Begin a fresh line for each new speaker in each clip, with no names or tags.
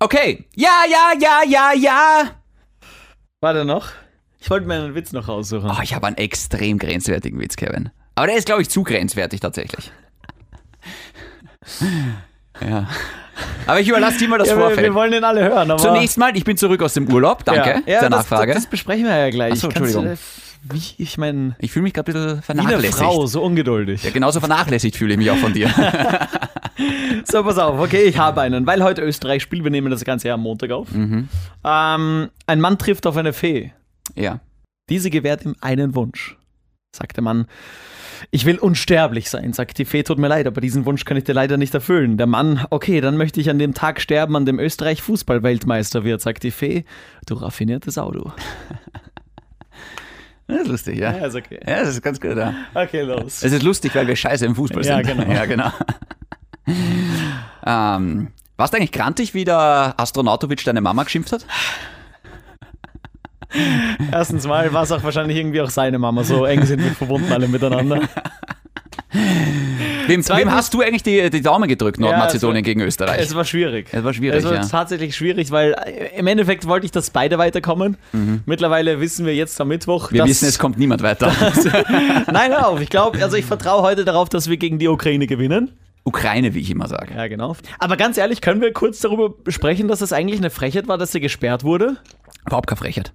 Okay. Ja, ja, ja, ja, ja.
Warte noch. Ich wollte mir einen Witz noch aussuchen.
Oh, ich habe einen extrem grenzwertigen Witz, Kevin. Aber der ist, glaube ich, zu grenzwertig tatsächlich. ja. Aber ich überlasse dir mal das
ja, wir,
Vorfeld.
wir wollen den alle hören. Aber
Zunächst mal, ich bin zurück aus dem Urlaub. Danke
ja, ja,
der
das,
Nachfrage.
Das, das besprechen wir ja gleich.
Ach so,
Ich kann's,
Entschuldigung.
äh, Wie, ich meine,
ich fühle mich gerade ein bisschen
wie eine
vernachlässigt.
Frau, so ungeduldig.
Ja, genauso vernachlässigt fühle ich mich auch von dir.
So, pass auf, okay, ich habe einen. Weil heute Österreich spielt, wir nehmen das Ganze ja am Montag auf.
Mhm.
Ähm, ein Mann trifft auf eine Fee.
ja.
Diese gewährt ihm einen Wunsch. Sagt der Mann, ich will unsterblich sein, sagt die Fee, tut mir leid, aber diesen Wunsch kann ich dir leider nicht erfüllen. Der Mann, okay, dann möchte ich an dem Tag sterben, an dem Österreich Fußball-Weltmeister wird, sagt die Fee. Du raffiniertes Auto.
Das ist lustig, ja.
ist okay.
Ja, das ist ganz gut, ja.
Okay, los.
Es ist lustig, weil wir scheiße im Fußball
Ja,
sind.
genau.
Ja, genau. ähm, warst du eigentlich grantig, wie der Astronautowitsch deine Mama geschimpft hat?
Erstens mal war es auch wahrscheinlich irgendwie auch seine Mama, so eng sind wir verbunden alle miteinander.
Wem, wem hast du eigentlich die, die Daumen gedrückt, Nordmazedonien
es war-
gegen Österreich?
also Es war schwierig.
Es war schwierig,
Es war
ja.
tatsächlich schwierig, weil äh, im Endeffekt wollte ich, dass beide weiterkommen. Mittlerweile wissen Mhm. wir jetzt am Mittwoch,
wir
dass...
wissen, es kommt niemand weiter.
Nein, hör auf. Ich glaube, also ich vertraue heute darauf, dass wir gegen die Ukraine gewinnen.
Ukraine, wie ich immer sage.
Ja, genau. Aber ganz ehrlich, können wir kurz darüber sprechen, dass es eigentlich eine Frechheit war, dass sie gesperrt wurde?
Überhaupt keine Frechheit.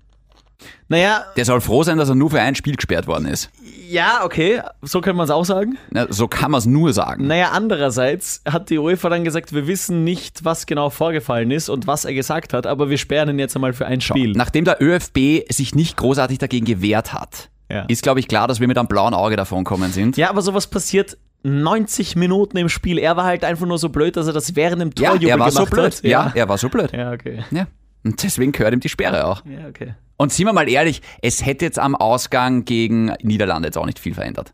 Naja,
Der soll froh sein, dass er nur für ein Spiel gesperrt worden ist.
ja, okay, so könnte man es auch sagen.
Na, so kann man es nur sagen.
Naja, andererseits hat die UEFA dann gesagt, wir wissen nicht, was genau vorgefallen ist und was er gesagt hat, aber wir sperren ihn jetzt einmal für ein Spiel.
Nachdem der ÖFB sich nicht großartig dagegen gewehrt hat,
Ja.
ist, glaube ich, klar, dass wir mit einem blauen Auge davonkommen sind.
Ja, aber sowas passiert 90 Minuten im Spiel. Er war halt einfach nur so blöd, dass er das während dem
Ja,
Torjubel
er war
gemacht
so blöd.
hat.
Ja, er war so blöd.
ja, okay.
Ja. Und deswegen gehört ihm die Sperre auch.
Ja, okay.
Und sind wir mal ehrlich, es hätte jetzt am Ausgang gegen Niederlande jetzt auch nicht viel verändert.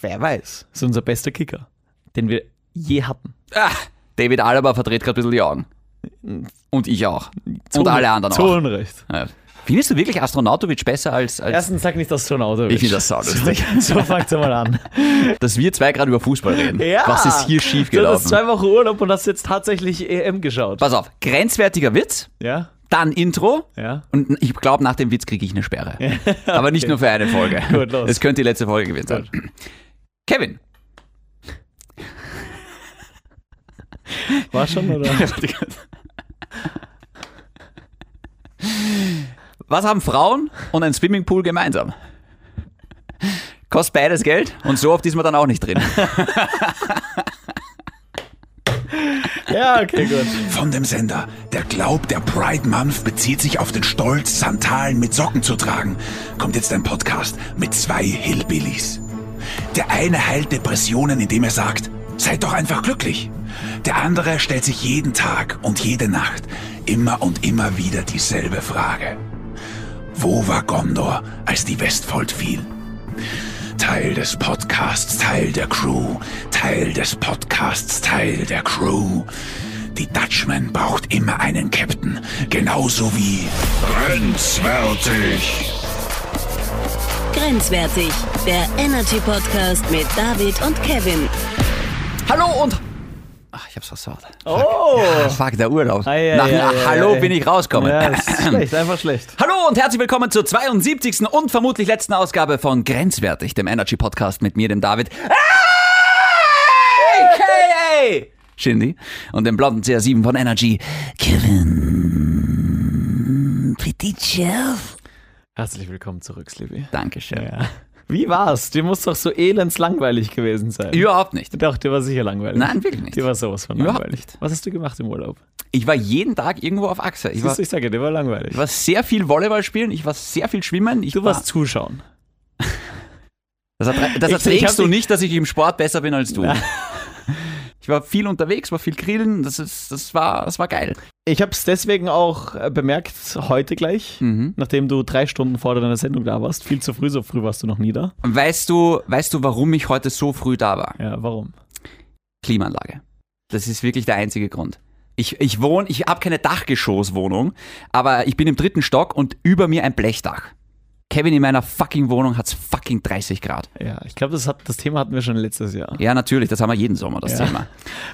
Wer weiß. Das ist unser bester Kicker, den wir je hatten.
Ah, David Alaba verdreht gerade ein bisschen die Augen. Und ich auch. Und alle anderen
Zu
auch.
Unrecht.
Ja. Findest du wirklich Astronautowitsch besser als, als
Erstens sag nicht, dass du ein Auto
ich finde das saulustig,
So fangt's mal an.
dass wir zwei gerade über Fußball reden?
Ja.
Was ist hier
Du hattest
schiefgelaufen?
zwei Wochen Urlaub und hast jetzt tatsächlich EM geschaut.
Pass auf, grenzwertiger Witz,
Ja?
dann Intro
Ja?
und ich glaube, nach dem Witz kriege ich eine Sperre. Aber nicht nur für eine Folge.
Gut, los.
Es könnte die letzte Folge gewesen sein. Kevin,
War schon, oder?
Was haben Frauen und ein Swimmingpool gemeinsam? Kostet beides Geld und so oft ist man dann auch nicht drin.
ja, okay, gut.
Von dem Sender. Der Glaub, der Pride Month bezieht sich auf den Stolz, Sandalen mit Socken zu tragen. Kommt jetzt ein Podcast mit zwei Hillbillies. Der eine heilt Depressionen, indem er sagt, seid doch einfach glücklich. Der andere stellt sich jeden Tag und jede Nacht immer und immer wieder dieselbe Frage. Wo war Gondor, als die Westfold fiel? Teil des Podcasts, Teil der Crew. Teil des Podcasts, Teil der Crew. Die Dutchman braucht immer einen Captain. Genauso wie Grenzwertig.
Grenzwertig, der Energy Podcast mit David und Kevin.
Hallo und. Ach, ich hab's versaut. Ah,
Oh!
Fuck, der Urlaub.
Ei, ei,
Nach einem
ei, ei,
Hallo
ei.
bin ich rausgekommen.
Ja, das ist schlecht, einfach schlecht.
Hallo und herzlich willkommen zur 72. und vermutlich letzten Ausgabe von Grenzwertig, dem Energy Podcast mit mir, dem David. AKA Shindy und dem blonden CR7 von Energy, Kevin Petitchev.
Herzlich willkommen zurück, Sleepy.
Dankeschön.
Ja. Wie war's? Dir muss doch so elends langweilig gewesen sein.
Überhaupt nicht.
Doch, dir war sicher langweilig.
Nein, wirklich nicht.
Dir war sowas von
Überhaupt
langweilig.
nicht.
Was hast du gemacht im Urlaub?
Ich war jeden Tag irgendwo auf Achse. Ich war,
Siehst du, ich sage, dir war langweilig.
ich war sehr viel Volleyball spielen, ich war sehr viel schwimmen. Ich
Du
war,
warst zuschauen.
Das, erträ das
Ich- ich hab
erträgst du
dich-
nicht, dass ich im Sport besser bin als du. Ich war viel unterwegs, war viel grillen, das, ist, das, war, das war geil.
Ich habe es deswegen auch äh, bemerkt heute gleich,
Mhm.
nachdem du drei Stunden vor deiner Sendung da warst. Viel zu früh, so früh warst du noch nie da.
Und Weißt du, weißt du, warum ich heute so früh da war?
Ja, warum?
Klimaanlage. Das ist wirklich der einzige Grund. Ich, ich wohne, ich habe keine Dachgeschosswohnung, aber ich bin im dritten Stock und über mir ein Blechdach. Kevin, in meiner fucking Wohnung hat's fucking 30 Grad.
Ja, ich glaube, das, hat- das Thema hatten wir schon letztes Jahr.
Ja, natürlich, das haben wir jeden Sommer, das
Ja.
Thema.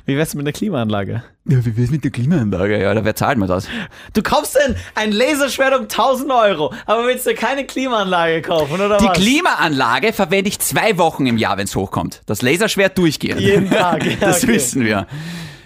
Wie wär's mit einer Klimaanlage?
Ja, wie wär's mit der Klimaanlage? Ja, da wer zahlt mir das?
Du kaufst denn ein Laserschwert um 1000 Euro, aber willst du keine Klimaanlage kaufen, oder
Die
was?
Klimaanlage verwende ich zwei Wochen im Jahr, wenn es hochkommt. Das Laserschwert durchgehend.
Jeden Tag, ja,
das
okay.
wissen wir.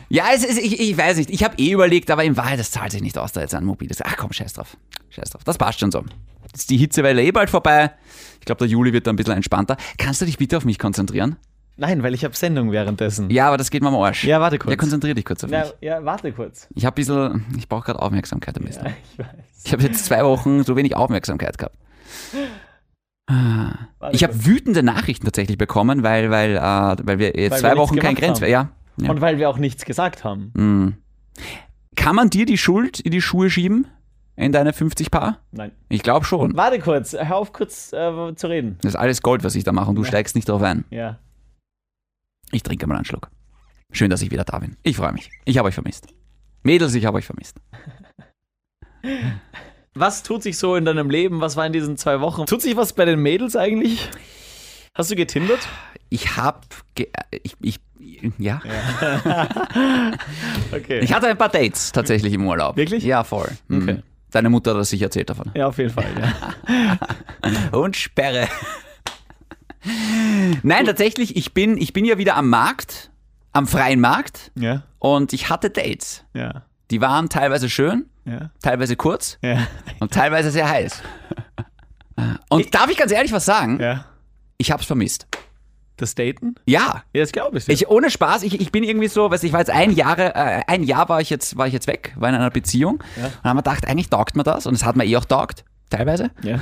Ja, es ist, ich, ich weiß nicht. Ich habe eh überlegt, aber in Wahrheit, das zahlt sich nicht aus, da jetzt ein mobiles. Ach komm, scheiß drauf. Scheiß drauf. Das passt schon so. Jetzt die Hitzewelle eh bald vorbei. Ich glaube, der Juli wird da ein bisschen entspannter. Kannst du dich bitte auf mich konzentrieren?
Nein, weil ich habe Sendung währenddessen.
Ja, aber das geht mir am Arsch.
Ja, warte kurz.
Ja, konzentrier dich kurz auf mich.
Na, ja, warte kurz.
Ich habe ein bisschen, ich brauche gerade Aufmerksamkeit am besten.
Ja, ich weiß.
Ich habe jetzt zwei Wochen so wenig Aufmerksamkeit gehabt. Ah.
Warte
Ich habe wütende Nachrichten tatsächlich bekommen, weil, weil, äh, weil wir jetzt
Weil
zwei
wir
Wochen
nichts
kein
gemacht
Grenzwert. Ja. ja.
Und weil wir auch nichts gesagt haben.
Mm. Kann man dir die Schuld in die Schuhe schieben? In deine 50 Paar?
Nein.
Ich glaube schon.
Warte kurz, hör auf kurz äh, zu reden.
Das ist alles Gold, was ich da mache und du steigst nicht drauf ein.
Ja.
Ich trinke mal einen Schluck. Schön, dass ich wieder da bin. Ich freue mich. Ich habe euch vermisst. Mädels, ich habe euch vermisst.
Was tut sich so in deinem Leben? Was war in diesen zwei Wochen? Tut sich was bei den Mädels eigentlich? Hast du getindert?
Ich habe. Ge äh, ich, ich, ja.
Okay.
Ich hatte ein paar Dates tatsächlich im Urlaub.
Wirklich?
Ja, voll. Mhm.
Okay.
Deine Mutter hat das sicher erzählt davon.
ja, auf jeden Fall. Ja.
Und Sperre. Nein, tatsächlich, ich bin, ich bin ja wieder am Markt, am freien Markt
ja,
und ich hatte Dates.
ja,
Die waren teilweise schön,
ja,
teilweise kurz
ja,
und teilweise sehr heiß. Und darf ich ganz ehrlich was sagen?
ja.
Ich hab's vermisst.
Das Daten?
Ja.
Ja, das glaube ich.
Ich, ohne Spaß, ich, ich bin irgendwie so, weiß ich war jetzt ein Jahre, äh, ein Jahr war ich jetzt, war ich jetzt weg, war in einer Beziehung. Und haben wir gedacht, eigentlich taugt mir das und es hat mir eh auch taugt, teilweise.
ja.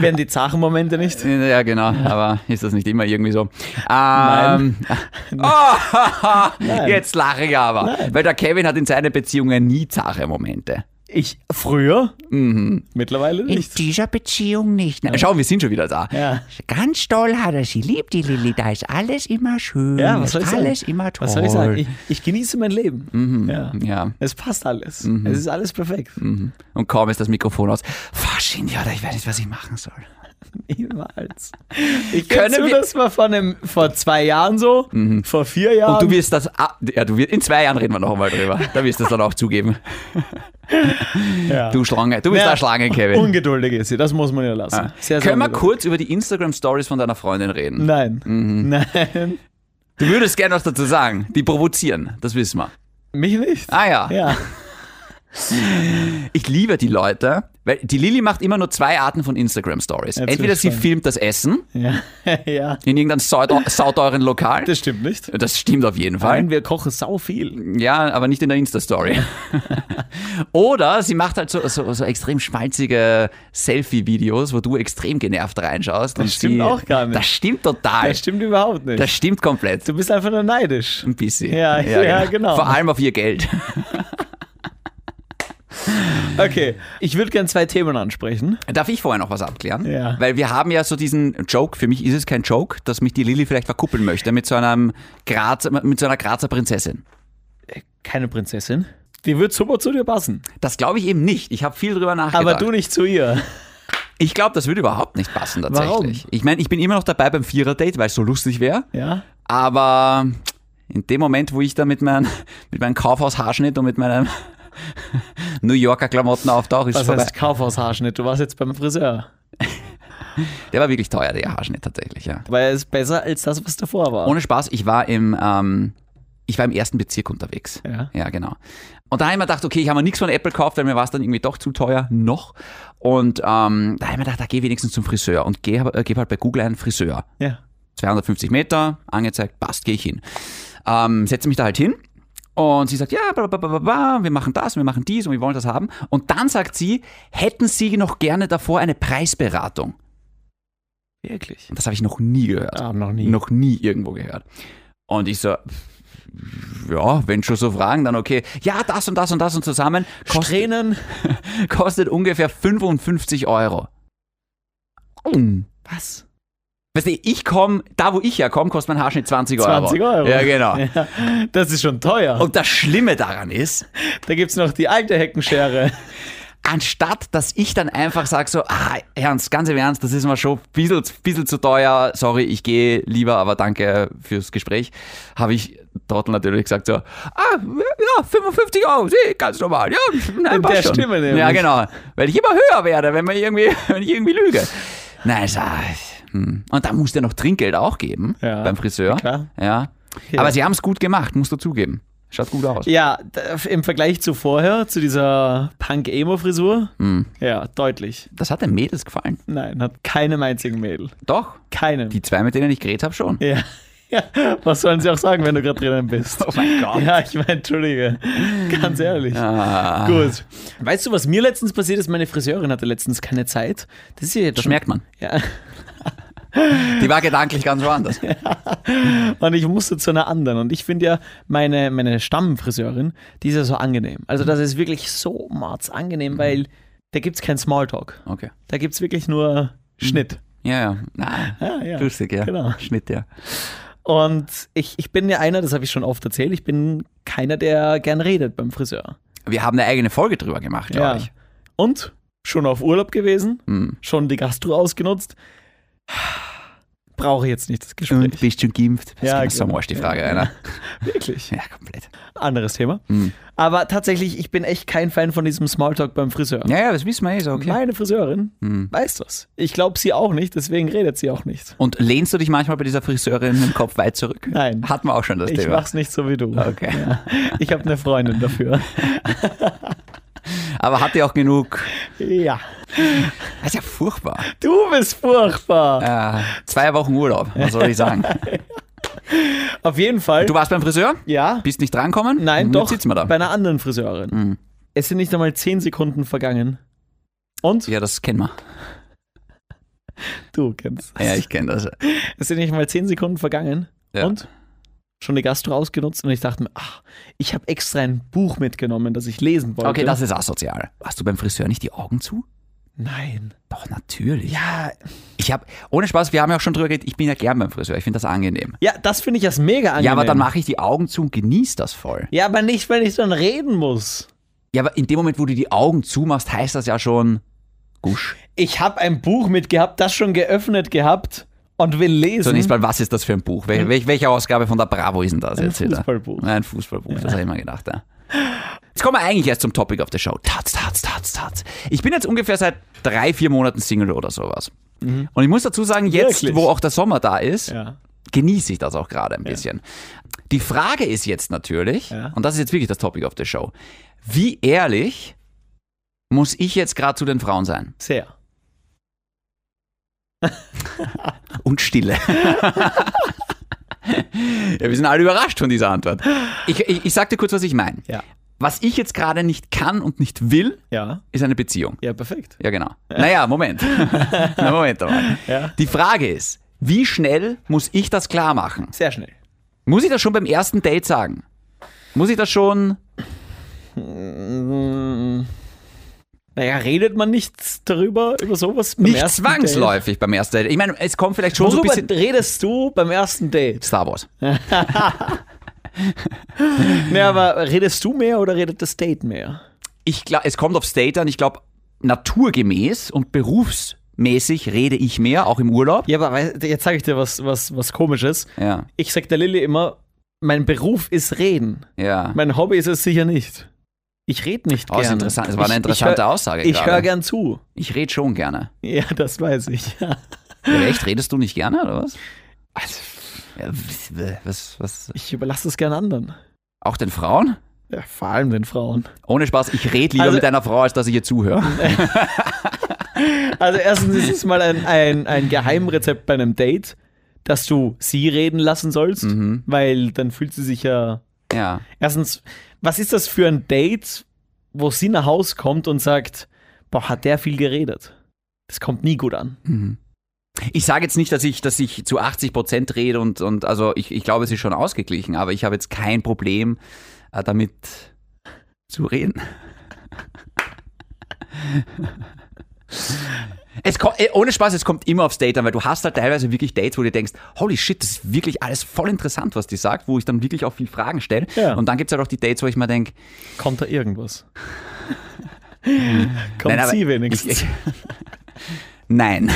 Wären die Zachenmomente nicht?
Ja, genau, aber ist das nicht immer irgendwie so? Ähm, Oh, ah, jetzt lache ich aber. Weil der Kevin hat in seinen Beziehungen nie zare Momente.
Ich früher? Mhm. Mittlerweile nicht.
dieser Beziehung nicht. Na, schau, wir sind schon wieder da.
Ja.
Ganz toll hat er sie lieb, die Lilly. Da ist alles immer schön.
Ja, was soll ich sagen?
alles immer toll.
Was soll ich sagen? Ich, ich genieße mein Leben. Mhm. Ja. Mhm.
ja.
Es passt alles. Es ist alles perfekt.
Und kaum ist das Mikrofon aus. Fasching, ja, ich weiß nicht, was ich machen soll.
Niemals. Ich
Können
kenne zu,
wir-
das war vor, einem, vor zwei Jahren so, vor vier Jahren.
Mhm. Und du wirst das, ah, ja, du wirst, in zwei Jahren reden wir noch einmal drüber. Da wirst du es dann auch zugeben.
ja.
Du Schlange, du bist
Ja.
der Schlange, Kevin.
Ungeduldig ist sie, das muss man ja lassen.
Ah.
Sehr, sehr
Können wir
ungeduldig.
kurz über die Instagram-Stories von deiner Freundin reden?
Nein.
Mhm.
Nein.
Du würdest gerne was dazu sagen. Die provozieren, das wissen wir.
Mich nicht?
Ah ja.
Ja.
Ich liebe die Leute, weil die Lilly macht immer nur zwei Arten von Instagram-Stories.
Jetzt
Entweder
bin ich
sie
gespannt.
filmt das Essen
Ja. ja.
in irgendeinem sauteu- sauteuren Lokal.
Das stimmt nicht.
Das stimmt auf jeden Fall.
Nein, wir kochen sau viel.
Ja, aber nicht in der Insta-Story. Oder sie macht halt so, so, so extrem schmalzige Selfie-Videos, wo du extrem genervt reinschaust. Das
stimmt
sie,
auch gar nicht.
Das stimmt total.
Das stimmt überhaupt nicht.
das Mhm. stimmt komplett.
du bist einfach nur neidisch.
Ein bisschen.
Ja, ja, genau.
Vor allem auf ihr Geld.
Okay, ich würde gerne zwei Themen ansprechen.
Darf ich vorher noch was abklären?
Ja.
Weil wir haben ja so diesen Joke, für mich ist es kein Joke, dass mich die Lilly vielleicht verkuppeln möchte mit so, einem Graz, mit so einer Grazer Prinzessin.
Keine Prinzessin. Die wird super zu dir passen.
Das glaube ich eben nicht. Ich habe viel drüber nachgedacht.
Aber du nicht zu ihr.
ich glaube, das würde überhaupt nicht passen tatsächlich.
Warum?
Ich meine, ich bin immer noch dabei beim Vierer-Date, weil es so lustig wäre.
Ja?
Aber in dem Moment, wo ich da mit, mein, mit meinem Kaufhaus-Haarschnitt und mit meinem New Yorker Klamotten auftauche, ist es
Was
vorbei.
heißt Kaufhaushaarschnitt? Du warst jetzt beim Friseur.
Der war wirklich teuer, der Haarschnitt tatsächlich, ja.
Weil er ist besser als das, was davor war.
Ohne Spaß, ich war im, ähm, ich war im ersten Bezirk unterwegs.
Ja.
genau. Und da habe ich mir gedacht, okay, ich habe mir nichts von Apple gekauft, weil mir war es dann irgendwie doch zu teuer, noch. Und ähm, da habe ich mir gedacht, da gehe wenigstens zum Friseur und gehe äh, gebe halt bei Google einen Friseur.
Ja.
250 Meter, angezeigt, passt, gehe ich hin. Ähm, setze mich da halt hin und sie sagt, ja, bla, bla, bla, bla, bla, wir machen das, wir machen dies und wir wollen das haben. Und dann sagt sie, hätten sie noch gerne davor eine Preisberatung.
Wirklich?
Und das habe ich noch nie gehört.
Ah, noch nie.
Noch nie irgendwo gehört. Und ich so, ja, wenn schon so Fragen, dann okay. Ja, das und das und das und zusammen kostet,
Tränen.
kostet ungefähr 55 Euro.
Oh.
Mm.
Was?
Weißt du, ich komme, da wo ich herkomme, kostet mein Haarschnitt 20 Euro.
20 Euro.
Ja, genau.
Ja, das ist schon teuer.
Und das Schlimme daran ist,
Da gibt es noch die alte Heckenschere.
anstatt dass ich dann einfach sage so, ah, Ernst, ganz im Ernst, das ist mir schon ein bisschen, bisschen zu teuer, sorry, ich gehe lieber, aber danke fürs Gespräch, habe ich Trottel natürlich gesagt so, ah, ja, 55 Euro, eh, ganz normal, ja, nein,
In
passt
der
schon.
Stimme nämlich.
Ja, genau, weil ich immer höher werde, wenn, man irgendwie, wenn ich irgendwie lüge. Nein, so, hm. und da musst du ja noch Trinkgeld auch geben
Ja,
beim Friseur.
klar.
Ja.
Ja.
Aber sie haben es gut gemacht, musst du zugeben. Schaut gut aus.
Ja, d- im Vergleich zu vorher, zu dieser Punk-Emo-Frisur, ja, deutlich.
Das hat den Mädels gefallen.
Nein, hat keinem einzigen Mädel.
Doch.
Keinem.
Die zwei, mit denen ich geredet habe, schon.
ja. ja. Was sollen sie auch sagen, wenn du gerade drinnen bist?
Oh mein Gott.
Ja, ich meine, Entschuldige. Ganz ehrlich.
Ah.
Gut. Weißt du, was mir letztens passiert ist? Meine Friseurin hatte letztens keine Zeit. Das ist ja jetzt
Das
schon.
merkt man.
Ja.
Die war gedanklich ganz woanders.
Und ich musste zu einer anderen. Und ich finde ja, meine, meine Stammfriseurin, die ist ja so angenehm. Also, das ist wirklich so mords angenehm, weil da gibt es kein Smalltalk.
Okay.
Da gibt es wirklich nur Schnitt.
Ja, ja. Na,
Mhm. Ja, ja.
lustig, ja.
Genau.
Schnitt, ja.
Und ich, ich bin ja einer, das habe ich schon oft erzählt, ich bin keiner, der gern redet beim Friseur.
Wir haben eine eigene Folge drüber gemacht, glaube ich.
Und schon auf Urlaub gewesen,
Mhm.
schon die Gastro ausgenutzt. Brauche ich jetzt nicht das
Und
Gespräch.
bist du geimpft? Das
Ja,
ja, ist so
genau.
morsch, die
Ja,
Frage,
ja.
einer.
Wirklich.
Ja, komplett.
Anderes Thema.
Mhm.
Aber tatsächlich, ich bin echt kein Fan von diesem Smalltalk beim Friseur.
Ja, ja, das wissen wir eh so, okay.
Meine Friseurin
Mhm.
weiß das. Ich glaube sie auch nicht, deswegen redet sie auch nicht.
Und lehnst du dich manchmal bei dieser Friseurin im Kopf weit zurück?
Nein.
Hatten wir auch schon das
Ich
Thema.
mach's nicht so wie du.
Okay.
Ja. Ich habe eine Freundin dafür.
Aber hat die auch genug?
Ja.
Das ist ja furchtbar.
Du bist furchtbar.
Äh, zwei Wochen Urlaub, was soll ich sagen?
Auf jeden Fall.
Du warst beim Friseur?
ja.
Bist nicht drankommen? Hm,
Nein,
Jetzt
doch.
sitzen wir da.
Bei einer anderen Friseurin.
Mhm.
Es sind nicht einmal 10 Sekunden vergangen. Und?
Ja, das kennen wir.
Du kennst das.
Ja, ich kenne das.
Es sind nicht einmal 10 Sekunden vergangen.
Ja.
Und? Schon die Gastro ausgenutzt und ich dachte mir, ach, ich habe extra ein Buch mitgenommen, das ich lesen wollte.
Okay, das ist asozial. Hast du beim Friseur nicht die Augen zu?
Nein.
Doch, natürlich.
Ja,
Ich habe, ohne Spaß, wir haben ja auch schon drüber geredet, ich bin ja gern beim Friseur, ich finde das angenehm.
ja das finde ich als mega angenehm.
Ja, aber dann mache ich die Augen zu und genieße das voll.
Ja, aber nicht, wenn ich dann reden muss.
Ja, aber in dem Moment, wo du die Augen zumachst, heißt das ja schon Gusch.
Ich habe ein Buch mitgehabt, das schon geöffnet gehabt und will lesen.
Zunächst mal, was ist das für ein Buch? Wel wel welche Ausgabe von der Bravo ist denn das jetzt wieder?
Hm. Fußballbuch.
Nein, ein Fußballbuch, das habe ich immer gedacht, ja. Jetzt kommen wir eigentlich erst zum Topic of the Show. Taz, taz, taz, taz. Ich bin jetzt ungefähr seit drei, vier Monaten Single oder sowas. Und ich muss dazu sagen, jetzt,
Mhm. Wirklich?
wo auch der Sommer da ist,
Ja.
genieße ich das auch gerade ein bisschen. Die Frage ist jetzt natürlich,
Ja.
und das ist jetzt wirklich das Topic of the Show, wie ehrlich muss ich jetzt gerade zu den Frauen sein?
Sehr.
Und Stille. ja, wir sind alle überrascht von dieser Antwort. Ich, ich, ich sag dir kurz, was ich meine.
Ja.
Was ich jetzt gerade nicht kann und nicht will,
Ja.
ist eine Beziehung.
Ja, perfekt.
Ja, genau. Naja, Moment. Na, Moment aber.
Ja.
Die Frage ist, wie schnell muss ich das klar machen?
Sehr schnell.
Muss ich das schon beim ersten Date sagen? Muss ich das schon
Naja, redet man nicht darüber, über sowas? Beim
nicht
ersten
zwangsläufig beim ersten Date? Ich meine, es kommt vielleicht schon
Date? Worüber
so ein bisschen
redest du beim ersten Date?
Star Wars.
Naja, aber redest du mehr oder redet das Date mehr?
Ich glaube, es kommt aufs Date an. Ich glaube, naturgemäß und berufsmäßig rede ich mehr, auch im Urlaub.
Ja, aber wei- jetzt sage ich dir was, was, was komisches.
Ja,
Ich sag der Lilly immer, mein Beruf ist reden.
ja.
Mein Hobby ist es sicher nicht. Ich rede nicht
Oh, ist
gerne.
interessant. Das war eine
Ich-
interessante
ich hör,
Aussage
Ich
gerade.
höre gern zu.
Ich rede schon gerne.
Ja, das weiß ich.
Ja, echt? Redest du nicht gerne, oder was? Ja, was, was?
Also, Ich überlasse es gern anderen.
Auch den Frauen?
Ja, vor allem den Frauen.
Ohne Spaß, ich rede lieber
Also-
mit einer Frau, als dass ich ihr zuhöre.
Also erstens ist es mal ein, ein, ein Geheimrezept bei einem Date, dass du sie reden lassen sollst, weil dann fühlt sie sich ja.
Mhm. Ja.
Erstens, was ist das für ein Date, wo sie nach Haus kommt und sagt, boah, hat der viel geredet? Das kommt nie gut an.
Ich sage jetzt nicht, dass ich, dass ich zu 80 Prozent rede und, und also ich, ich glaube, es ist schon ausgeglichen, aber ich habe jetzt kein Problem äh, damit zu reden. Es kommt, eh, ohne Spaß, es kommt immer aufs Date an, weil du hast halt teilweise wirklich Dates, wo du denkst, holy shit, das ist wirklich alles voll interessant, was die sagt, wo ich dann wirklich auch viel Fragen stelle.
Ja.
Und dann gibt es halt auch die Dates, wo ich mir denke,
Kommt da irgendwas? Kommt
aber
sie wenigstens.
ich- Nein.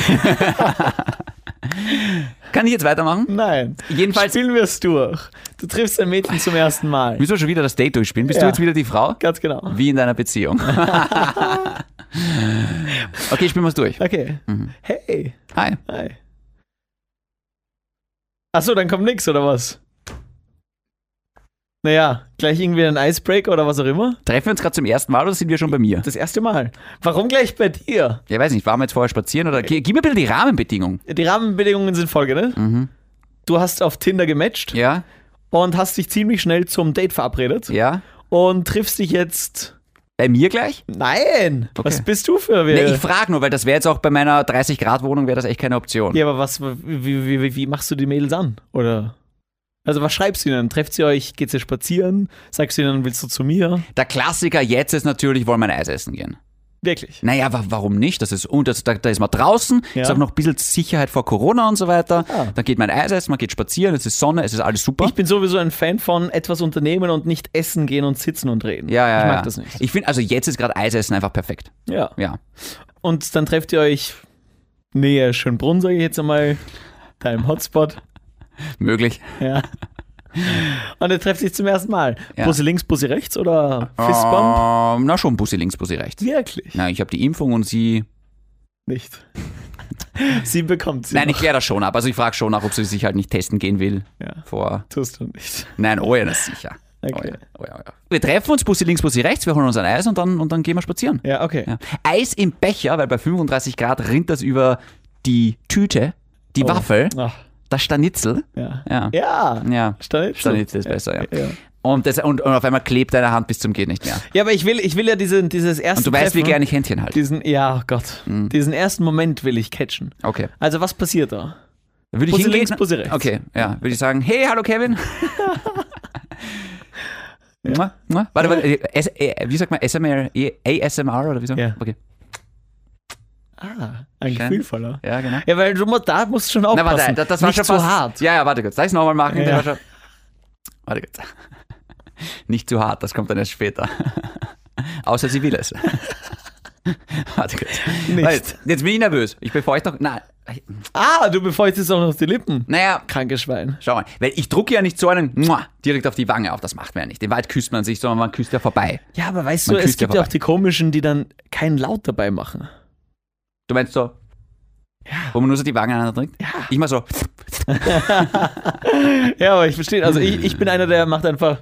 Kann ich jetzt weitermachen?
Nein.
Jedenfalls-
Spielen wir es durch. Du triffst ein Mädchen zum ersten Mal.
Müssen wir schon wieder das Date durchspielen? Bist du
Ja.
jetzt wieder die Frau?
Ganz genau.
Wie in deiner Beziehung. okay, spielen wir es durch.
Okay.
Mhm.
Hey.
Hi.
Hi. Achso, dann kommt nix, oder was? Naja, gleich irgendwie ein Icebreaker oder was auch immer?
Treffen wir uns gerade zum ersten Mal oder sind wir schon bei mir?
Das erste Mal. Warum gleich bei dir?
Ja, weiß nicht, waren wir jetzt vorher spazieren oder. Gib mir bitte die Rahmenbedingungen.
Die Rahmenbedingungen sind folgende. ne?
Mhm.
Du hast auf Tinder gematcht
Ja,
und hast dich ziemlich schnell zum Date verabredet
ja.
und triffst dich jetzt.
Bei mir gleich?
Nein! Was bist du für
Nee,
wer?
ich frage nur, weil das wäre jetzt auch bei meiner 30-Grad-Wohnung wäre das echt keine Option.
ja, aber was, wie, wie, wie, wie machst du die Mädels an? Oder? Also, was schreibst du ihnen? Trefft ihr euch? Geht ihr spazieren? Sagst du ihnen, willst du zu mir?
Der Klassiker jetzt ist natürlich, wollen wir ein Eis essen gehen.
Wirklich.
Naja, wa warum nicht? Das ist, und das, da, da ist man draußen,
Ja.
ist auch noch ein bisschen Sicherheit vor Corona und so weiter.
Ah.
Dann geht man ein Eis essen, man geht spazieren, es ist Sonne, es ist alles super.
Ich bin sowieso ein Fan von etwas unternehmen und nicht essen gehen und sitzen und reden.
ja, ja,
Ich mag
ja.
das nicht.
Ich finde, also jetzt ist gerade Eis essen einfach perfekt.
ja.
Ja.
Und dann trefft ihr euch näher Schönbrunn, sage ich jetzt einmal, deinem Hotspot.
Möglich.
Ja. Und ihr trefft sich zum ersten Mal.
Ja.
Bussi links, Bussi rechts oder Fistbump?
Ähm, na schon, Bussi links, Bussi rechts.
Wirklich
Na, ich habe die Impfung und sie.
nicht. Sie bekommt sie.
Nein, ich
noch.
kläre das schon ab. Also ich frage schon nach, ob sie sich halt nicht testen gehen will.
Ja.
Vor.
Tust du nicht.
Nein, oh ja, das ist sicher. Oh
Okay.
ja, oh ja, oh ja. Wir treffen uns, Bussi links, Bussi rechts, wir holen uns ein Eis und dann, und dann gehen wir spazieren.
Ja, okay.
Ja. Eis im Becher, weil bei 35 Grad rinnt das über die Tüte, die
Oh.
Waffel,
Ach,
das Stanitzel.
ja.
Ja.
Ja.
Ja.
Stanitzel.
Stanitzel ist besser, ja.
Ja.
Und, das, und, und auf einmal klebt deine Hand bis zum Geht nicht mehr.
Ja, aber ich will, ich will ja diesen, dieses erste
Und du weißt, wie
Treffen,
gerne ich Mhm. Händchen halte.
Diesen, ja, oh Gott. Diesen ersten Moment will ich catchen.
Okay.
Also, was passiert da?
Würde
Bussi links, Bussi rechts.
Okay, ja. Würde ich sagen, hey, hallo Kevin. Mua, mua. Warte, warte, äh, S- äh, wie sagt man ASMR, ASMR oder wie sagt man?
Ja.
Okay.
Ah, ein
Schön.
gefühlvoller.
Ja, genau.
Ja, weil du mu- da musst du schon
Na,
aufpassen.
warte, das, das war
Nicht
schon
zu
fast,
hart.
Ja, ja, warte kurz. Darf ich es nochmal machen? Das
Ja.
war schon, warte kurz. Nicht zu hart, das kommt dann erst später. Außer sie will es. warte kurz.
Nicht.
Warte, Jetzt, jetzt bin ich nervös. Ich befeuchte noch. Na,
Ah, du befeuchtest auch noch die Lippen.
naja,
Krankes Schwein.
schau mal. Weil ich drucke ja nicht so einen Mua direkt auf die Wange auf. Das macht man ja nicht. Den Wald küsst man sich, sondern man küsst ja vorbei.
Ja, aber weißt
Man
du, es
küsst ja
gibt ja auch
vorbei.
die komischen, die dann keinen Laut dabei machen.
Du meinst so. Wo man nur so die Wange aneinander drückt? Ich mach so.
Ja, aber ich verstehe. Also ich, ich bin einer, der macht einfach.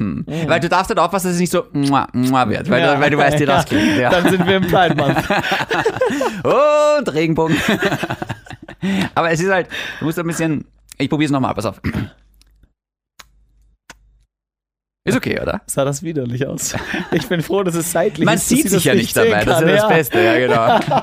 Weil du darfst halt aufpassen, dass es nicht so mua, mua wird, weil, du, weil du weißt, wie das klingt. Ja.
Dann sind wir im Pride Month.
Und Regenbogen. Aber es ist halt, du musst ein bisschen. Ich probiere es nochmal, pass auf. Ist okay, oder?
Sah das widerlich aus. Ich bin froh, dass es seitlich
Man
ist. dass
sieht
sie
sich
das
ja nicht
sehen
dabei, das
kann.
ist ja das
ja.
Beste, ja, genau.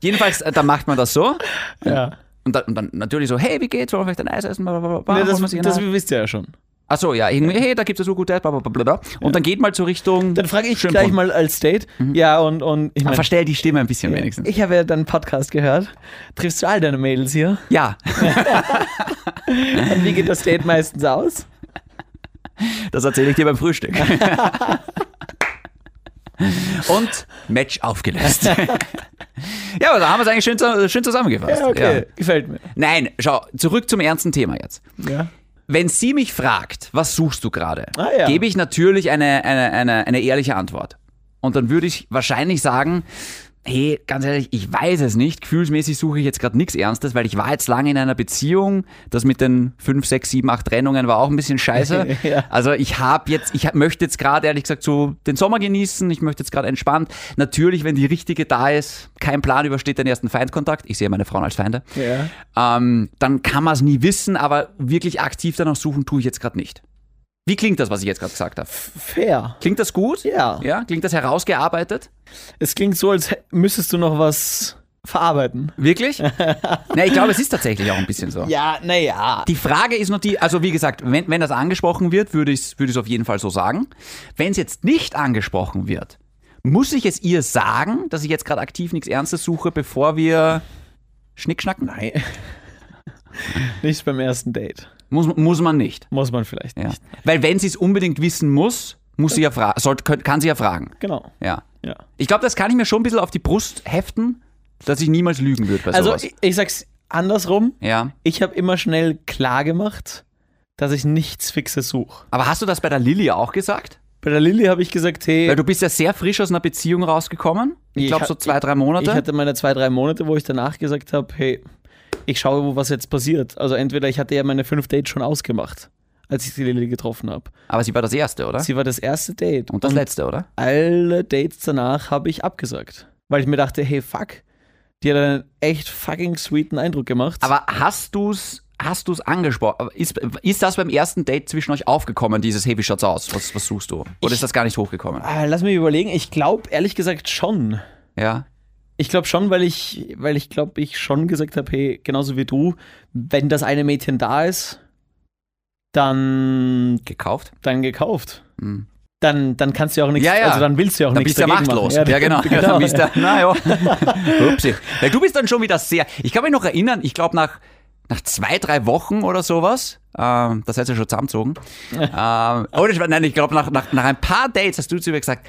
Jedenfalls, äh, dann macht man das so.
Ja.
Und dann, und dann natürlich so, hey, wie geht's? Wollen wir vielleicht ein Eis essen? Blablabla.
Nee,
Holen wir
das,
sich ein
das
Eis?
wisst ihr ja schon.
Ach so, ja, irgendwie, hey, da gibt's ja so gute Eis, blablabla. Und dann geht mal zur Richtung.
Dann frage ich
Schönbrunn.
gleich mal als Date. Ja, und, und ich
Aber
meine,
Verstell die Stimme ein bisschen wenigstens.
Mhm. ich habe ja deinen Podcast gehört. Triffst du all deine Mädels hier?
Ja,
Und wie geht das Date meistens aus?
das erzähle ich dir beim Frühstück. Und Match aufgelöst. ja, aber da haben wir es eigentlich schön, zu- schön zusammengefasst. Ja.
Gefällt mir.
Nein, schau, zurück zum ernsten Thema jetzt.
Ja.
Wenn sie mich fragt, was suchst du gerade,
Ah, ja.
gebe ich natürlich eine, eine, eine, eine ehrliche Antwort. Und dann würde ich wahrscheinlich sagen, hey, ganz ehrlich, ich weiß es nicht. Gefühlsmäßig suche ich jetzt gerade nichts Ernstes, weil ich war jetzt lange in einer Beziehung. Das mit den 5, 6, 7, 8 Trennungen war auch ein bisschen scheiße.
Ja.
Also ich habe jetzt, ich hab, möchte jetzt gerade ehrlich gesagt so den Sommer genießen. Ich möchte jetzt gerade entspannt. Natürlich, wenn die richtige da ist, kein Plan übersteht den ersten Feindkontakt. Ich sehe meine Frauen als Feinde
Ja.
ähm, dann kann man es nie wissen, aber wirklich aktiv danach suchen tue ich jetzt gerade nicht. Wie klingt das, was ich jetzt gerade gesagt habe?
Fair.
Klingt das gut?
Ja.
Ja, klingt das herausgearbeitet?
Es klingt so, als hä- müsstest du noch was verarbeiten.
Wirklich? Na, ich glaube, es ist tatsächlich auch ein bisschen so.
Ja, naja.
Die Frage ist nur die, also wie gesagt, wenn, wenn das angesprochen wird, würde ich es würde ich's auf jeden Fall so sagen. Wenn es jetzt nicht angesprochen wird, muss ich es ihr sagen, dass ich jetzt gerade aktiv nichts Ernstes suche, bevor wir schnickschnacken? Nein.
Nicht beim ersten Date.
Muss, muss man nicht.
Muss man vielleicht
Ja.
nicht.
Weil wenn sie es unbedingt wissen muss, Muss sie ja fragen, sollte, könnt- kann sie ja fragen.
Genau.
Ja.
Ja.
Ich glaube, das kann ich mir schon ein bisschen auf die Brust heften, dass ich niemals lügen würde bei
Also,
sowas.
ich, ich sag's andersrum.
Ja.
Ich habe immer schnell klar gemacht, dass ich nichts Fixes suche.
Aber hast du das bei der Lilly auch gesagt?
Bei der Lilly habe ich gesagt, hey,
Weil du bist ja sehr frisch aus einer Beziehung rausgekommen. Ich
Ich
glaube
ha-
so zwei, drei Monate.
ich hatte meine zwei, drei Monate, wo ich danach gesagt habe, hey, ich schaue, wo was jetzt passiert. Also entweder ich hatte ja meine fünf Dates schon ausgemacht, als ich die Lilly getroffen habe.
Aber sie war das erste, oder?
Sie war das erste Date.
Und das letzte, oder?
alle Dates danach habe ich abgesagt. Weil ich mir dachte, hey, fuck, die hat einen echt fucking sweeten Eindruck gemacht.
Aber hast du's, hast du's angesprochen? Aber Ist, ist das beim ersten Date zwischen euch aufgekommen, dieses Hey, wie schaut's aus? Was, was suchst du? Oder ist das gar nicht hochgekommen?
Ah, lass mich überlegen, ich glaube ehrlich gesagt schon.
Ja.
Ich glaube schon, weil ich, weil ich glaube, ich schon gesagt habe, hey, genauso wie du, wenn das eine Mädchen da ist, dann,
Gekauft?
dann gekauft. Dann, dann kannst du ja auch nichts,
Mhm. Ja, ja.
also dann willst du ja auch
Dann
nichts
bist du ja
dagegen
machtlos.
machen.
Ja, genau.
genau.
Dann bist du, na ja. Upsi. Weil du bist dann schon wieder sehr. Ich kann mich noch erinnern, ich glaube nach, nach zwei, drei Wochen oder sowas, ähm, das heißt ja schon zusammengezogen. ähm, oder ich, nein, ich glaube nach, nach, nach ein paar Dates hast du zu mir gesagt,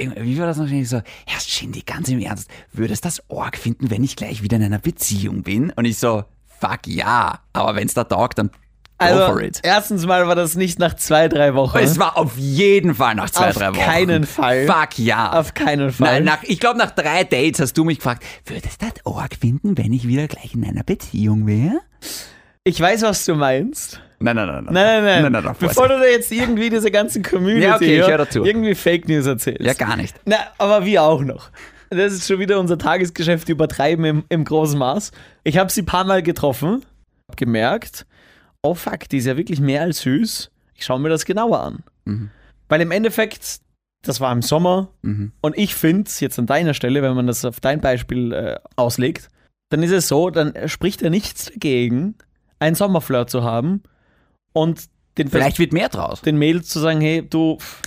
irgendwie- wie war das noch? Ich so, Herr Schindy, ganz im Ernst, würdest das Org finden, wenn ich gleich wieder in einer Beziehung bin? Und ich so, fuck ja, aber wenn's da taugt, dann go
Also,
for it.
erstens mal war das nicht nach zwei, drei Wochen.
Es war auf jeden Fall nach zwei,
Auf
drei Wochen.
keinen Fall.
Fuck ja.
Auf keinen Fall.
Nein, nach, ich glaube, nach drei Dates hast du mich gefragt, würdest du das arg finden, wenn ich wieder gleich in einer Beziehung wäre?
Ich weiß, was du meinst.
Nein, nein, nein.
Nein, nein, nein. Bevor
Vorsicht.
du da jetzt irgendwie diese ganzen Community
Ja, okay, ich
hier
hör dazu.
irgendwie Fake News erzählst.
Ja, gar nicht.
Na, aber wir auch noch. Das ist schon wieder unser Tagesgeschäft übertreiben im, im großen Maß. Ich habe sie ein paar Mal getroffen, hab gemerkt, oh fuck, die ist ja wirklich mehr als süß. Ich schaue mir das genauer an. Weil im Endeffekt, das war im Sommer und ich finde es jetzt an deiner Stelle, wenn man das auf dein Beispiel äh, auslegt, dann ist es so, dann spricht ja nichts dagegen, einen Sommerflirt zu haben und den Vers-
Vielleicht wird mehr draus.
den Mädels zu sagen, hey, du, pff,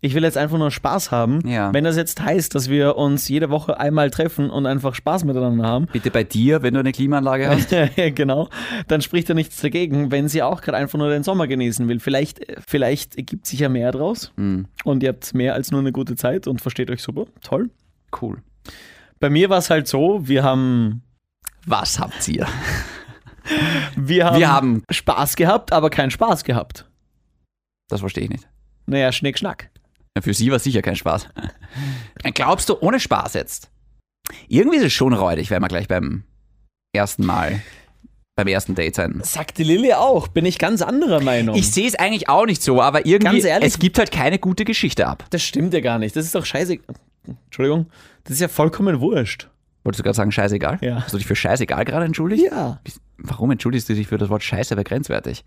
ich will jetzt einfach nur Spaß haben.
Ja.
Wenn das jetzt heißt, dass wir uns jede Woche einmal treffen und einfach Spaß miteinander haben,
Bitte bei dir, wenn du eine Klimaanlage hast.
genau, dann spricht ja nichts dagegen, wenn sie auch gerade einfach nur den Sommer genießen will. Vielleicht, äh, vielleicht ergibt sich ja mehr draus
Hm,
und ihr habt mehr als nur eine gute Zeit und versteht euch super. Toll.
Cool.
Bei mir war es halt so, wir haben,
Was habt ihr?
wir haben,
Wir haben-
Spaß gehabt, aber keinen Spaß gehabt.
Das verstehe ich nicht.
Naja, Schnick, Schnack.
Na, Für sie war sicher kein Spaß. Äh, Glaubst du, ohne Spaß jetzt? Irgendwie ist es schon räudig, wenn wir gleich beim ersten Mal, beim ersten Date sein.
Sagt die Lilly auch, bin ich ganz anderer Meinung.
Ich sehe es eigentlich auch nicht so, aber irgendwie,
Ganz ehrlich?
es gibt halt keine gute Geschichte ab.
Das stimmt ja gar nicht. Das ist doch scheiße. Entschuldigung. Das ist ja vollkommen wurscht.
Wolltest du gerade sagen, scheißegal?
Ja.
Hast du dich für scheißegal gerade entschuldigt?
Ja.
Bist- Warum entschuldigst du dich für das Wort scheiße bei grenzwertig?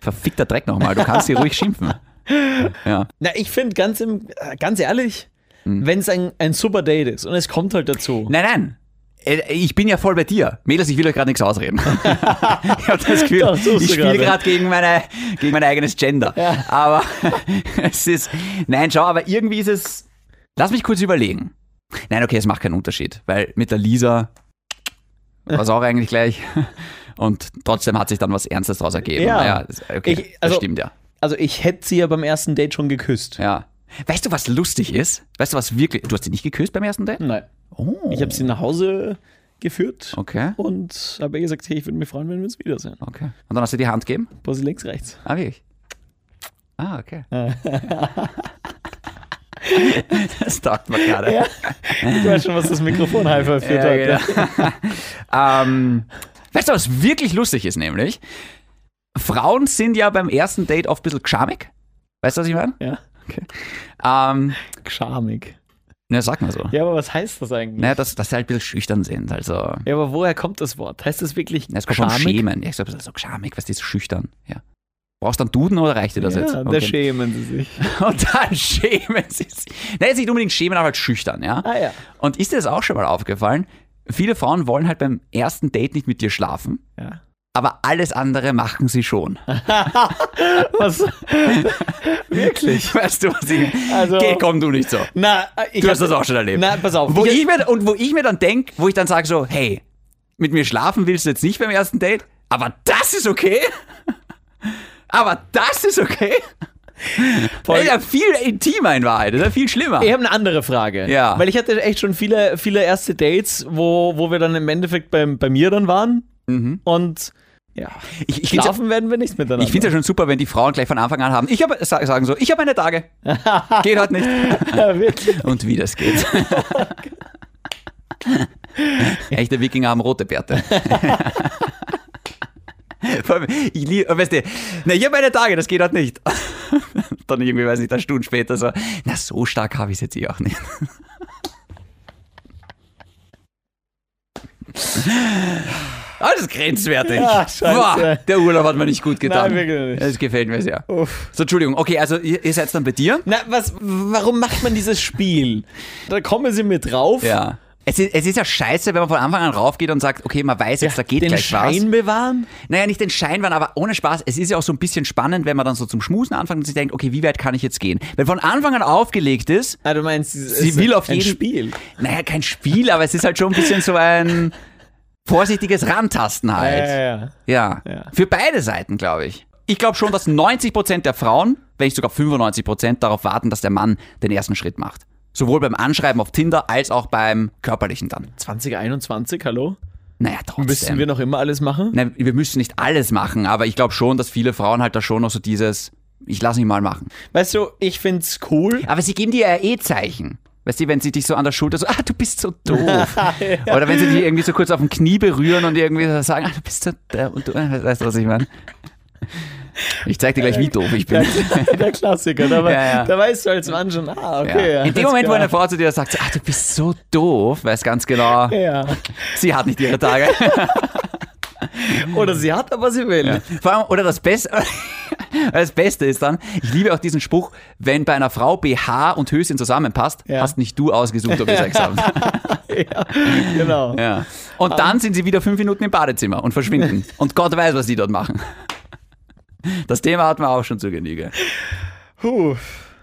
Verfickter Dreck nochmal, du kannst hier ruhig schimpfen. Ja.
Na, ich finde ganz im, äh, ganz ehrlich,
Hm.
wenn es ein, ein super Date ist und es kommt halt dazu.
Nein, nein. Äh, Ich bin ja voll bei dir. Mädels, ich will euch gerade nichts ausreden. ich habe das Gefühl,
Doch, tust du
ich spiele
gerade.
gerade gegen, meine, gegen mein eigenes Gender. Aber es ist. Nein, schau, aber irgendwie ist es. Lass mich kurz überlegen. Nein, okay, es macht keinen Unterschied, weil mit der Lisa war es auch eigentlich gleich. Und trotzdem hat sich dann was Ernstes daraus ergeben.
Ja.
das- okay,
Ich-
das
also-
stimmt ja.
Also ich hätte sie ja beim ersten Date schon geküsst.
ja. Weißt du, was lustig ist? Weißt du, was wirklich. Du hast sie nicht geküsst beim ersten Date?
Nein.
Oh.
Ich habe sie nach Hause geführt
Okay.
und habe ihr gesagt, hey, ich würde mich freuen, wenn wir uns wiedersehen.
Okay. Und dann hast du die Hand gegeben?
Posi links, rechts.
Ah, wirklich? Ah, okay. das taugt mir gerade.
Ich weiß schon, was das Mikrofon high five für
Ja, genau. ähm, weißt du, was wirklich lustig ist, nämlich? Frauen sind ja beim ersten Date oft ein bisschen geschamig. Weißt du, was ich meine?
ja.
Ähm,
Charmig.
na, sag mal so.
Ja, aber was heißt das eigentlich?
Naja, dass, dass sie halt ein bisschen schüchtern sind. Also, na,
Ja, aber woher kommt das Wort? Heißt das wirklich
es kommt vom
charmig?
Schämen. Ja, ich sag so, so geschamig, was die so schüchtern. Ja. Brauchst du einen Duden oder reicht dir das jetzt?
Ja, da schämen sie sich.
Und dann schämen sie sich. Nein, jetzt nicht unbedingt schämen, aber halt schüchtern, ja?
Ah ja.
Und ist dir das auch schon mal aufgefallen? Viele Frauen wollen halt beim ersten Date nicht mit dir schlafen,
ja.
aber alles andere machen sie schon.
Was?
Wirklich? Weißt du, was ich
Also-
Geh, komm du nicht so.
Na, ich
Du
hab-
hast das auch schon erlebt.
Na, pass auf.
Wo
ich,
ich mir, und wo ich mir dann denke, wo ich dann sage so, hey, mit mir schlafen willst du jetzt nicht beim ersten Date, aber das ist okay. Aber das ist okay. Das ist ja viel intimer in Wahrheit. Das ist ja viel schlimmer.
Ich habe eine andere Frage.
Ja.
Weil ich hatte echt schon viele, viele erste Dates, wo, wo wir dann im Endeffekt bei, bei mir dann waren. Und ja,
Mhm. Ich, ich find's ja-
schlafen werden wir nicht miteinander.
ich finde es ja schon super, wenn die Frauen gleich von Anfang an haben. Ich habe sa- sagen so, ich habe meine Tage. Geht heute nicht.
ja wirklich.
Und wie das geht. Echte Wikinger haben rote Bärte. Vor allem, ich lieb, äh, weißt du, na, ich habe meine Tage, das geht halt nicht. Dann irgendwie, weiß nicht, eine Stunde später so, na, so stark habe ich es jetzt eh auch nicht. Alles grenzwertig.
Ja, scheiße.
Boah, der Urlaub hat mir nicht gut getan.
Nein, wirklich nicht.
Das gefällt mir sehr.
Uff.
So, Entschuldigung. Okay, also ihr, ihr seid dann bei dir?
Na, was, warum macht man dieses Spiel? Da kommen sie mit drauf.
Ja. Es ist, es ist ja scheiße, wenn man von Anfang an raufgeht und sagt, okay, man weiß jetzt, da geht
den
gleich
Schein
was.
bewahren?
Naja, nicht den Schein waren, aber ohne Spaß. Es ist ja auch so ein bisschen spannend, wenn man dann so zum Schmusen anfängt und sich denkt, okay, wie weit kann ich jetzt gehen? Wenn von Anfang an aufgelegt ist,
Ah, du meinst,
sie will auf jeden
Spiel.
Naja, kein Spiel, aber es ist halt schon ein bisschen so ein vorsichtiges Rantasten
Ja,
halt.
ja, ja.
Ja.
Ja.
Für beide Seiten, glaube ich. Ich glaube schon, dass 90% der Frauen, wenn nicht sogar 95% darauf warten, dass der Mann den ersten Schritt macht. Sowohl beim Anschreiben auf Tinder als auch beim körperlichen dann.
2021, hallo?
Naja, trotzdem.
Müssen wir noch immer alles machen?
Nein, wir müssen nicht alles machen, aber ich glaube schon, dass viele Frauen halt da schon noch so dieses, ich lass mich mal machen.
Weißt du, ich find's cool.
Aber sie geben dir ja eh Zeichen. Weißt du, wenn sie dich so an der Schulter so, ah, du bist so doof. Oder wenn sie dich irgendwie so kurz auf dem Knie berühren und irgendwie so sagen, ah, du bist so doof. Und du, äh, weißt du, was ich meine? Ich zeig dir gleich, wie doof ich bin.
Der Klassiker, da,
Ja, ja.
da weißt du als Mann schon, ah,
Ja.
okay.
In dem
alles
Moment, wo
klar.
eine Frau zu dir sagt, ah, du bist so doof, weiß ganz genau,
Ja.
sie hat nicht ihre Tage.
Oder sie hat, aber sie will.
Vor allem, oder das Beste, das Beste ist dann, ich liebe auch diesen Spruch, wenn bei einer Frau BH und Höschen zusammenpasst,
Ja.
hast nicht du ausgesucht, ob ihr Sex habt.
Ja, genau.
Ja. Und dann sind sie wieder fünf Minuten im Badezimmer und verschwinden. Und Gott weiß, was die dort machen. Das Thema hatten wir auch schon zu Genüge.
Puh.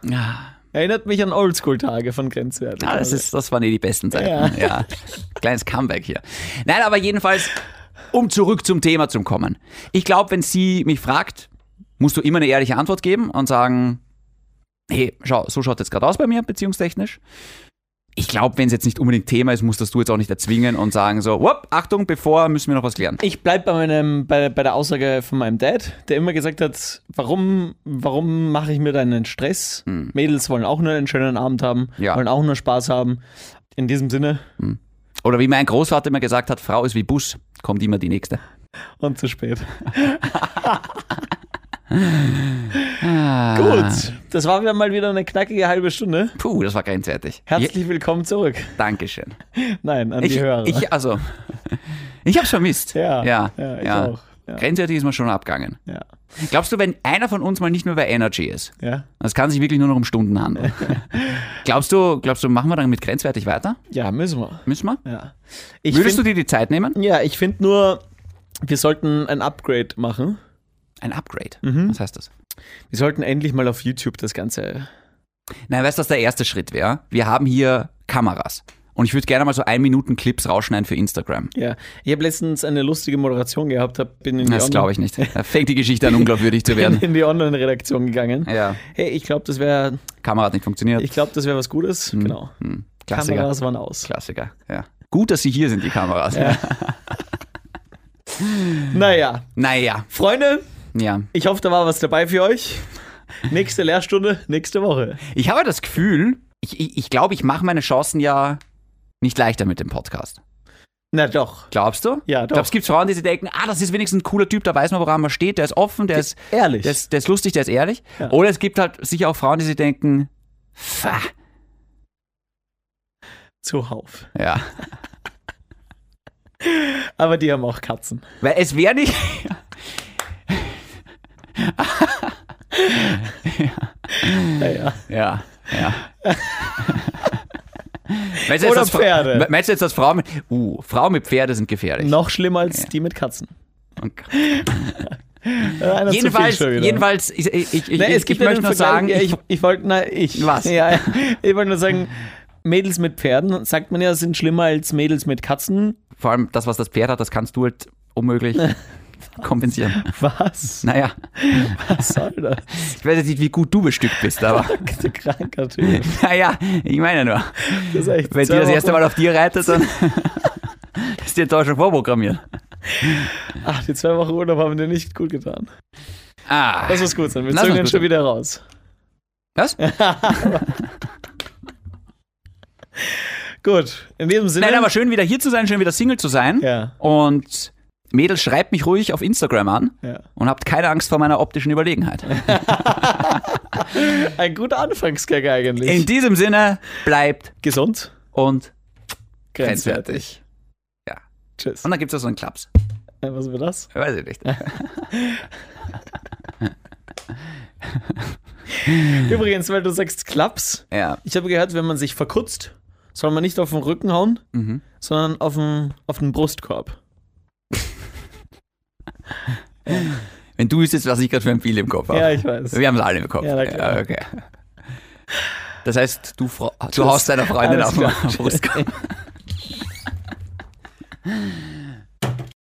Ja,
Erinnert mich an Oldschool-Tage von Grenzwerten.
Ah, das, ist, das waren eh die besten Zeiten. Ja. Kleines Comeback hier. Nein, aber jedenfalls, um zurück zum Thema zu kommen. Ich glaube, wenn sie mich fragt, musst du immer eine ehrliche Antwort geben und sagen, hey, schau, so schaut jetzt gerade aus bei mir, beziehungstechnisch. Ich glaube, wenn es jetzt nicht unbedingt Thema ist, musst das du jetzt auch nicht erzwingen und sagen so, whoop, Achtung, bevor müssen wir noch was klären.
ich bleib bei, meinem, bei, bei der Aussage von meinem Dad, der immer gesagt hat, warum, warum mache ich mir da einen Stress? Mädels wollen auch nur einen schönen Abend haben,
Hm. Ja.
wollen auch nur Spaß haben. In diesem Sinne
Oder wie mein Großvater immer gesagt hat, Frau ist wie Bus, kommt immer die nächste.
und zu spät.
Ah.
Gut, das war wieder mal wieder eine knackige halbe Stunde.
Puh, das war grenzwertig.
Herzlich willkommen zurück.
Ja, Dankeschön.
Nein, an
Ich,
die Hörer.
ich also, ich hab's vermisst.
Ja,
ja,
ja, ich auch. Ja.
Grenzwertig ist man schon abgegangen.
ja.
Glaubst du, wenn einer von uns mal nicht mehr bei Energy ist,
Ja.
das kann sich wirklich nur noch um Stunden handeln. glaubst du, glaubst du, machen wir dann mit grenzwertig weiter?
ja, müssen wir.
Müssen wir?
Ja. Ich
Würdest
find-
du dir die Zeit nehmen?
Ja, ich finde nur, wir sollten ein Upgrade machen.
Ein Upgrade.
Mhm.
Was heißt das?
Wir sollten endlich mal auf YouTube das Ganze.
Nein, weißt du, was der erste Schritt wäre? Wir haben hier Kameras. Und ich würde gerne mal so ein Minuten Clips rausschneiden für Instagram.
Ja, ich habe letztens eine lustige Moderation gehabt, hab, bin in die,
Das
Online-
glaube ich nicht. Da fängt die Geschichte an, unglaubwürdig zu
bin
werden.
in die Online-Redaktion gegangen.
Ja.
Hey, ich glaube, das wäre,
Kamera hat nicht funktioniert.
ich glaube, das wäre was Gutes. Genau.
Hm. Klassiker.
Kameras waren aus.
Klassiker, ja. Gut, dass sie hier sind, die Kameras.
Naja,
Naja,
Freunde,
ja.
ich hoffe, da war was dabei für euch. Nächste Lehrstunde, nächste Woche.
Ich habe das Gefühl, ich glaube, ich, ich, glaub, ich mache meine Chancen ja nicht leichter mit dem Podcast.
Na doch.
Glaubst du?
Ja,
Ich
doch.
glaube, es gibt Frauen, die sich denken, ah, das ist wenigstens ein cooler Typ, da weiß man, woran man steht, der ist offen, der ist,
Ehrlich.
der ist, der ist lustig, der ist ehrlich. Oder es gibt halt sicher auch Frauen, die sich denken, pfah.
Zuhauf.
Ja.
Aber die haben auch Katzen.
Weil es wäre nicht.
Naja.
Ja, ja. Meinst du jetzt,
Oder
dass Fra-
Pferde.
Meinst du jetzt, dass Frauen mit. Uh, Frauen mit Pferde sind gefährlich.
Noch schlimmer als die mit Katzen.
Und-
Äh, einer zu viel
Jedenfalls,
schon wieder.
jedenfalls, ich, ich, ich,
Nein,
ich,
es gibt
ich
ja
möchte
den
nur
Vergleich-
sagen,
ja,
ich,
ich, ich wollte, na, ich.
Was?
Ja, ich wollte nur sagen, Mädels mit Pferden, sagt man ja, sind schlimmer als Mädels mit Katzen.
vor allem das, was das Pferd hat, das kannst du halt unmöglich. kompensieren.
Was?
Naja,
Was soll das?
ich weiß jetzt nicht, wie gut du bestückt bist, aber
Du kranker Typ.
naja, ich meine nur,
Das ist echt
wenn
zwei
dir das erste
Wochen-
Mal auf dir reitet, dann ist dir da schon vorprogrammiert.
Ach, Ah, die zwei Wochen Urlaub haben dir nicht gut getan.
Ah,
Lass uns gut sein. Wir
Lass uns
zögern den
gut
schon
sein.
wieder raus.
was?
Gut, in diesem Sinne.
Nein, aber schön wieder hier zu sein, schön wieder Single zu sein.
Ja,
Und Mädels, schreibt mich ruhig auf Instagram an
ja.
und habt keine Angst vor meiner optischen Überlegenheit.
Ein guter Anfangsgag eigentlich.
In diesem Sinne, bleibt
Gesund,
und
grenzwertig.
Grenzwertig. Ja.
Tschüss.
Und dann gibt es so einen Klaps.
Äh, Was war das?
Weiß ich nicht.
Übrigens, weil du sagst Klaps,
Ja.
ich habe gehört, wenn man sich verkutzt, soll man nicht auf den Rücken hauen,
Mhm.
sondern auf den, auf den Brustkorb.
Wenn du wüsstest, was ich gerade für ein Bild im Kopf habe.
Ja, ich weiß.
Wir haben es alle im Kopf.
Ja, na klar.
Ja, okay. Das heißt, du, Fra- du haust deiner Freundin
Alles
auf den
klar.
auf den Brustkorb.